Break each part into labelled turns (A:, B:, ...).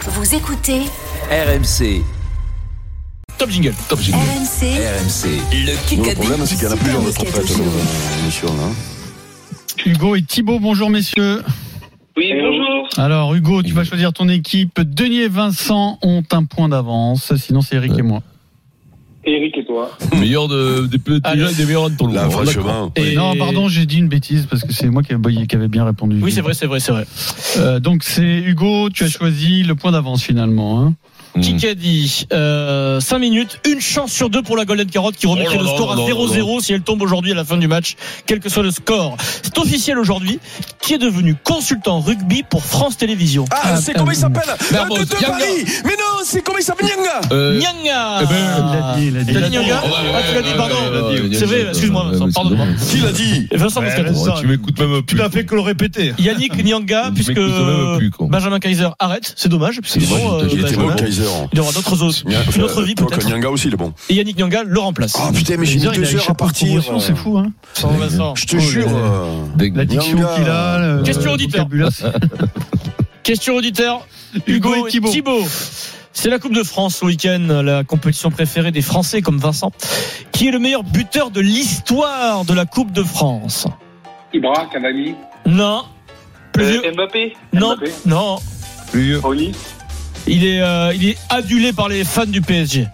A: Vous écoutez
B: RMC,
C: Top jingle, top jingle.
A: RMC,
B: RMC, le
D: Nous,
B: Kikadi.
D: le problème, c'est qu'il y en a plusieurs de trompettes dans l'émission, là.
E: Hugo et Thibaut, bonjour messieurs.
F: Oui, bonjour.
E: Alors Hugo, tu vas choisir ton équipe. Denis et Vincent ont un point d'avance, sinon c'est
G: Euh,
E: Eric et moi.
F: Eric et toi.
C: Meilleur de, des, des,
G: Allez.
C: des meilleurs de ton lot.
D: Là,
C: Bon,
D: franchement.
G: Et-
E: Non, pardon, j'ai dit une bêtise parce que c'est moi qui avais, qui avais bien répondu.
G: Oui, c'est vrai, c'est vrai, c'est vrai.
E: Euh, donc c'est Hugo, tu as choisi le point d'avance finalement. hein.
C: Mm.
G: Kikadi, 5 euh, minutes, une chance sur deux pour la Golden Carotte qui
C: Oh
G: remettrait
C: là
G: le
C: là
G: score à
C: là là
G: 0-0 si elle tombe aujourd'hui à la fin du match, quel que soit le score. C'est officiel aujourd'hui qui est devenu consultant rugby pour France Télévisions.
H: Ah, c'est comment il s'appelle
C: Mermoz,
H: Le de
C: Yanga.
H: Paris Mais non, c'est comment il s'appelle Nyanga
C: Euh,
G: Nyanga
C: eh ben,
D: Ah,
E: il l'a dit, il
G: T'as
E: l'a
G: dit
E: dit.
G: Nyanga
C: oh, ouais, ouais,
G: Ah, tu l'as dit,
C: ouais, ouais,
G: pardon.
C: ouais, ouais,
G: C'est vrai,
C: ouais,
G: excuse-moi,
C: ouais,
G: Vincent,
C: ouais,
G: pardon.
C: c'est bon.
D: Qui l'a dit
G: Et Vincent Moscato, c'est ça.
C: Tu m'écoutes même plus.
E: que le répéter.
G: Yannick Nyanga,
C: Mais
G: puisque
C: écoute, ça va plus, quoi.
G: Benjamin Kaiser arrête, c'est dommage, parce que
C: C'est
G: sinon,
C: dommage,
G: euh,
C: il
D: Il était
G: Benjamin,
D: bon, Kaiser.
G: il aura d'autres autres, une autre vie peut-être.
D: Nyanga aussi, il est bon.
G: Et Yannick Nyanga le remplace.
C: Oh,
D: Ah putain, mais j'ai mis deux heures à partir. euh,
E: C'est fou, hein
G: Sans Vincent.
D: Je te jure. euh,
E: L'addiction
D: Nyanga.
E: qu'il
D: euh,
E: a. le-
G: Question
E: le
G: auditeur.
E: vocabulaire, c'est-
G: Question auditeur.
E: Hugo
G: Hugo,
E: et
G: et
E: Thibaut.
G: Thibaut. C'est la Coupe de France ce week-end, la compétition préférée des Français comme Vincent. Qui est le meilleur buteur de l'histoire de la Coupe de France
F: Ibra, Cavani,
G: Non. Plus vieux.
F: Euh, Mbappé.
G: non.
F: Mbappé.
G: Non.
F: Pauli.
G: Il est, euh, il est adulé par les fans du PSG.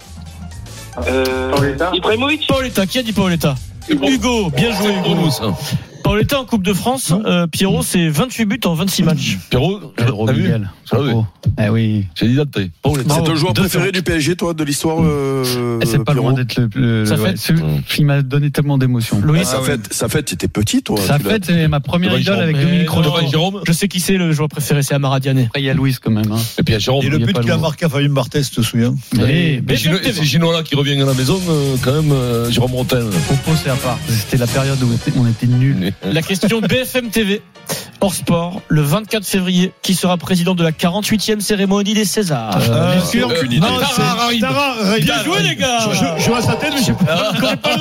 F: Euh, Ibrahimovic.
G: Paoletta, qui a dit Paoletta Hugo, bien joué
C: Oh,
G: Hugo.
C: nous, ça.
G: Paoletta en Coupe de France, euh, Pierrot, c'est 28 buts en 26 matchs.
C: Pierrot,
E: Pedro
C: t'as vu
E: Miguel.
C: Ah oui.
E: Chapeau. Eh oui.
C: J'ai dit d'attendre.
D: C'est
E: Bravo.
D: ton joueur
E: Oh, Deux
D: préféré
E: heures.
D: du PSG, toi, de l'histoire euh,
E: Eh, C'est pas
D: Pierrot
E: loin d'être le. le-
G: Ça
E: ouais,
G: fait- Hmm.
E: celui qui m'a donné tellement d'émotions.
G: Loïs,
D: Sa fête, sa fête, t'étais petit, toi.
E: Ça
D: tu l'as-
E: fait, c'est ma première
C: Devant
E: idole
C: Jérôme.
E: avec
G: Mais
E: Dominique
G: non.
E: Roland.
C: Rodolphe Jérôme.
G: je sais qui c'est le joueur préféré, c'est Amara Diané.
E: Après, il y a Louise quand même. Hein.
C: Et puis à Jérôme.
E: Et le but qu'il a marqué
C: à Fabien Barthez ce souviens
E: Allez,
C: Et
G: Mais
C: Gino- et
G: effectivement.
C: c'est Gino là qui revient à la maison, euh, quand même, euh, Jérôme Rotten.
E: propos, c'est à part. C'était la période où on était- on était nuls.
G: La question BFM TV, hors sport, le 24 février, qui sera président de la 48e cérémonie des Césars
E: Euh,
G: Bien
E: bien
G: sûr.
D: Ah, Aucune idée.
G: Bien joué, les gars Je, vois sa tête, mais je sais pas. Je connais pas le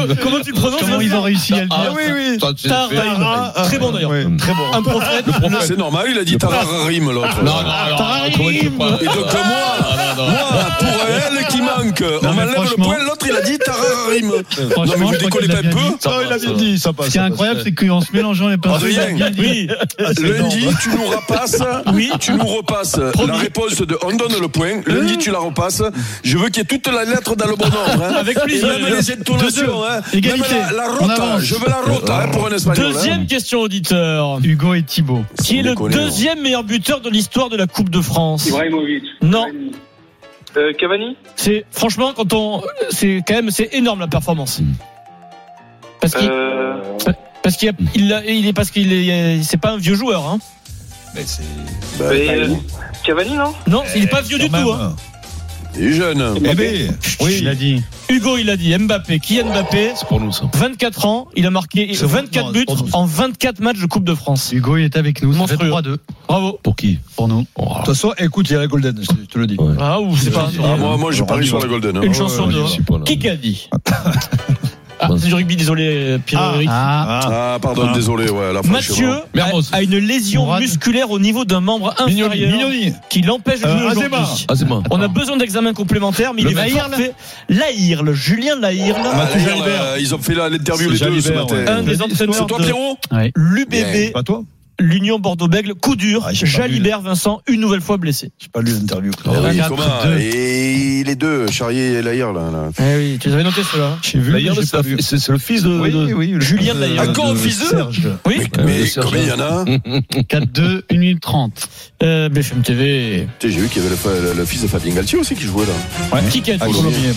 G: nom. Co- Comment tu le prononces
E: Comment ils ont réussi à le dire
C: oui.
G: Tararim. Très bon, d'ailleurs.
C: Très bon.
G: Un prophète.
D: C'est normal, il a dit Tararim, l'autre.
C: Non, non, non. comment tu parles
D: Et donc, moi,
C: Ah, non, non.
D: moi, pour elle qui manque, on
E: mais
D: m'enlève le
E: franchement-
D: point, l'autre, il a dit Tararim. Non,
E: Franchement,
D: mais vous
E: je crois
D: décollez
E: qu'il
D: pas
E: a
D: un
E: bien dit.
D: peu
C: Non, il a bien dit, ça passe.
E: Ce qui est incroyable, c'est qu'en se mélangeant les pinceaux, il a
D: Adrien.
E: bien dit.
G: Oui,
D: ah, Lundi, tu nous repasses.
G: Oui.
D: Tu nous repasses la réponse de on donne le point. Lundi, tu la repasses. Je veux qu'il y ait toute la lettre dans le bon ordre. hein.
G: avec
D: Et
G: plaisir.
D: même les intonations. hein.
E: Égalité.
D: Même la, la
E: On
D: rota.
E: avance.
D: Je veux la rota hein, pour un espagnol. hein.
G: Deuxième question, auditeur.
E: Hugo et Thibaut.
G: Qui est le
D: Décollé,
G: deuxième meilleur buteur de l'histoire de la Coupe de France
F: Ibrahimovic.
G: Non.
F: Euh, Cavani.
G: C'est franchement quand on c'est quand même c'est énorme la performance. Parce qu'il
F: Euh,
G: parce qu'il a- il a- il est parce qu'il est c'est pas un vieux joueur hein.
D: Bah,
F: et, euh, Cavani, non
G: Non, il est pas vieux du tout hein.
D: Il est jeune.
E: Oui. Il a dit.
G: Hugo, il a dit Mbappé, Kylian Mbappé,
C: C'est pour nous, ça.
G: 24 ans, il a marqué
C: C'est
G: 24
C: bon,
G: buts
C: c'est bon.
G: en 24 matchs de Coupe de France.
E: Hugo, il est avec nous. Ça fait
G: Monstrueux.
E: 3-2
G: Bravo.
C: Pour qui
E: pour nous.
C: De toute façon, écoute, il y a la Golden, je te le dis.
G: Ah ou c'est pas un
D: Ah,
G: tour.
D: moi, moi, je parie sur la Golden. hein.
G: une chance sur
C: ouais,
G: deux.
C: je suis pas là.
G: Qui qu'a dit Ah, c'est du rugby, désolé Pierre Eric.
E: Ah,
D: Ah, pardon, désolé. Ouais, la
G: Mathieu
C: Mermoz.
G: a, a une lésion
E: Mourad.
G: musculaire au niveau d'un membre inférieur qui l'empêche de jouer aujourd'hui.
C: Ah, c'est moi.
G: On a besoin d'examens complémentaires, mais
C: Le
G: il est
C: maître.
G: forfait. Laïrle, Julien Laïrle,
D: Ah, ils ont fait la- l'interview les deux ce
G: un
D: matin.
G: des entraîneurs
D: C'est toi,
G: de
D: Pierrot
G: l'UBB,
C: Pas toi
G: l'Union Bordeaux-Bègle, coup dur,
C: Ah, j'ai pas
G: Jalibert Vincent, une nouvelle fois blessé.
C: J'ai pas lu l'interview.
D: Ah oui,
E: Regarde,
D: comment
E: deux.
D: Et les deux, Charrier et Laïr, là. là.
G: Eh oui, tu les avais noté cela.
C: J'ai vu. D'ailleurs, c'est la- c'est c'est le fils de. de-
E: oui,
G: Julien Laïrle.
D: Encore un fils d'eux
G: Oui,
C: Euh,
D: Mais
C: Serge.
D: combien il y en a
E: 4-2, 1 minute 30.
G: euh, BFM TV.
D: Putain, J'ai vu qu'il y avait le, le- le fils de Fabien Galtier aussi qui jouait là.
G: Qui qu'a dit
D: Colombier.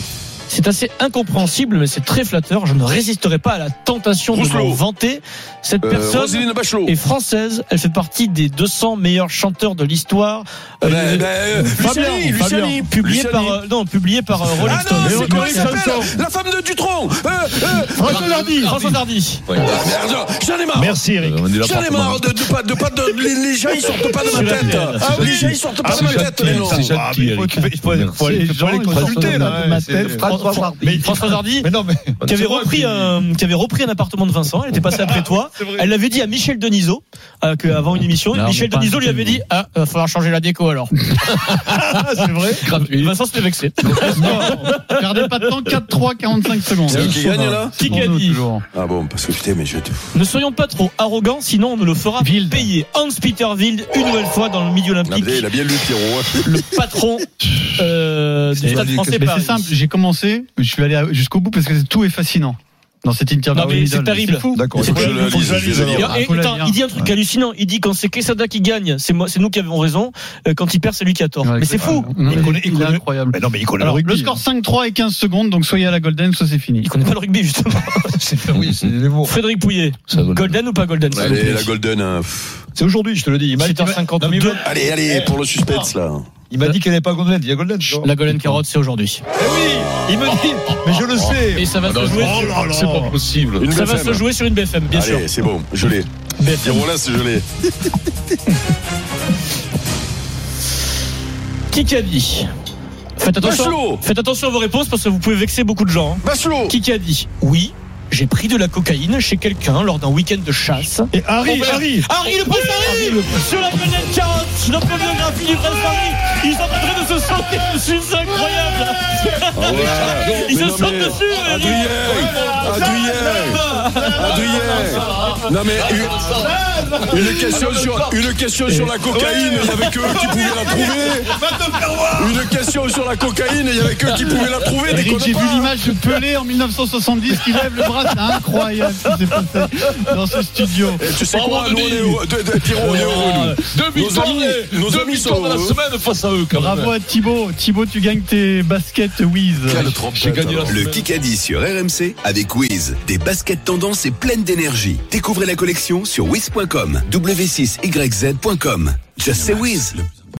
G: C'est assez incompréhensible, mais c'est très flatteur. Je ne résisterai pas à la tentation de
D: Rousselot.
G: vous vanter. Cette
D: Euh,
G: personne
D: Roselyne Bachelot.
G: est française. Elle fait partie des 200 meilleurs chanteurs de l'histoire.
D: Eh ben,
G: Euh,
D: ben, euh,
G: Fabien,
D: Luciani,
G: Fabien,
D: Luciani,
G: publié
D: Luciani.
G: par euh, non, publié par euh, Rolling
D: Ah
G: Stone.
D: non, c'est
G: Mais
D: comment
G: oui,
D: il
G: Rolling
D: s'appelle
G: Stone.
D: La femme de Dutron euh, euh,
G: François Hardy. François Hardy.
D: ah, merde, J'en ai marre
C: Merci, Eric.
D: J'en ai marre de, de, pas- de, pas de- les, les gens ils sortent pas de ma
G: Sur
D: tête
G: RTL.
D: Ah, Les gens ils sortent pas de ma tête les noms.
C: Ah, C'est gentil, Eric.
E: faut aller
C: C'est gentil,
E: consulter, là,
C: là,
E: ma
C: ouais,
E: tête.
C: c'est-
E: Fran-
C: François
G: Fran-
C: Hardy.
G: François Hardy,
C: Mais non, mais.
G: qui avait
C: C'est vrai
G: repris
C: qu'il-
G: un, qui avait repris un appartement de Vincent. Elle était passée après toi. Elle l'avait dit à Michel Denisot euh, que avant une émission.
E: Non,
G: Michel
E: mais pas
G: Denisot lui
E: Michel
G: avait dit ah, va falloir changer la déco alors.
E: c'est vrai.
G: Vincent s'était vexé.
E: Perdez pas de temps, 4-3, 45 secondes.
D: C'est eux qui gagnent, là
E: C'est
G: Qui
E: pour nous,
G: gagne
E: toujours.
D: Ah bon, parce que putain, mais je te fous.
G: Ne soyons pas trop arrogants, sinon on ne le fera
E: Wild.
G: payer. Hans Peter Wild, une nouvelle fois dans le milieu
D: Ah, putain, Il
G: olympique,
D: a bien lu Pierrot. hein.
G: le patron euh, du
E: Mais
G: Stade Français
E: Mais c'est
G: Paris.
E: simple, j'ai commencé, je suis allé à- jusqu'au bout parce que tout est fascinant dans cette interview.
G: Non, mais c'est
E: Lidl.
G: terrible.
E: fou.
C: D'accord.
G: C'est
C: Faut que
G: pas-
C: je le
D: faut que
C: lise,
D: je le lise,
C: je vais
G: Et-
D: alors.
E: Ah,
G: et-
E: faut la
G: attends,
E: lire.
G: il dit un truc
E: Ouais.
G: hallucinant. Il dit quand c'est Quesada qui gagne, c'est moi, c'est nous qui avons raison. Euh, Quand il perd, c'est lui qui a tort.
E: Ouais,
G: mais c'est fou.
E: Non, mais
G: il, connaît, il
E: il est
G: connaît-
E: incroyable.
C: Mais non, mais il connaît
E: Alors,
C: le
E: le
C: rugby.
E: score 5-3 et 15 secondes, donc soyez à la Golden, soit c'est fini.
G: il connaît pas le rugby justement.
C: Oui, c'est les mots.
G: Frédéric Pouillet,
C: Ça donne-
G: Golden ou pas Golden s'il vous
D: Allez,
G: plaît
D: la Golden. hein. Pff.
C: C'est aujourd'hui, je te le dis. Il m'a-
G: 7h52.
C: Non, mais
D: Allez, allez, pour le suspense, là.
C: Il m'a dit qu'elle n'est pas Golden. Il y a Golden. tu vois.
G: La Golden Carotte, c'est aujourd'hui.
C: Eh oui, il me dit. Mais je le Oh sais.
G: Et ça va se jouer. sur-
C: C'est pas possible.
D: Une
G: Ça va
D: BFM.
G: se jouer sur une BFM, bien sûr.
D: Allez, c'est bon, je l'ai.
G: BFM.
D: Pierrot, là, c'est je l'ai.
G: Kikadi. Faites attention,
D: Bachelot.
G: faites attention à vos réponses parce que vous pouvez vexer beaucoup de gens. hein.
D: Bachelot
G: Kikadi. Oui, j'ai pris de la cocaïne chez quelqu'un lors d'un week-end de chasse.
C: Et Harry,
G: Robert.
C: Harry.
G: Harry le prince Harry Sur la planète carotte, notre biographie du prince Harry Ils sont en train de se sauter dessus, c'est incroyable
D: Ah ouais.
G: Ils se
D: Mais non,
G: sautent
D: mais-
G: dessus mais-
D: Adrien Adrien Adrien Non mais une- une, question sur, une question sur la cocaïne, il n'y avait que eux qui pouvaient la trouver Une question sur la cocaïne, il n'y avait que eux qui pouvaient la trouver
E: Eric,
D: déconne
E: j'ai vu
D: pas.
E: l'image de Pelé en 1970 qui lève le bras, c'est incroyable ce qui s'est passé dans ce studio.
D: Eh, tu sais quoi, nous on est heureux, de, de- Pierrot, on est
C: Euh,
D: heureux, nous. Nos amis, nos amis sont heureux.
E: Bravo à Thibaut. Thibaut, tu gagnes tes baskets Wiz.
A: Le Kikadi sur RMC avec Wiz. Des baskets tendance et pleines d'énergie. Découvrez la collection sur Wiz.com. W6YZ.com. Just say Wiz.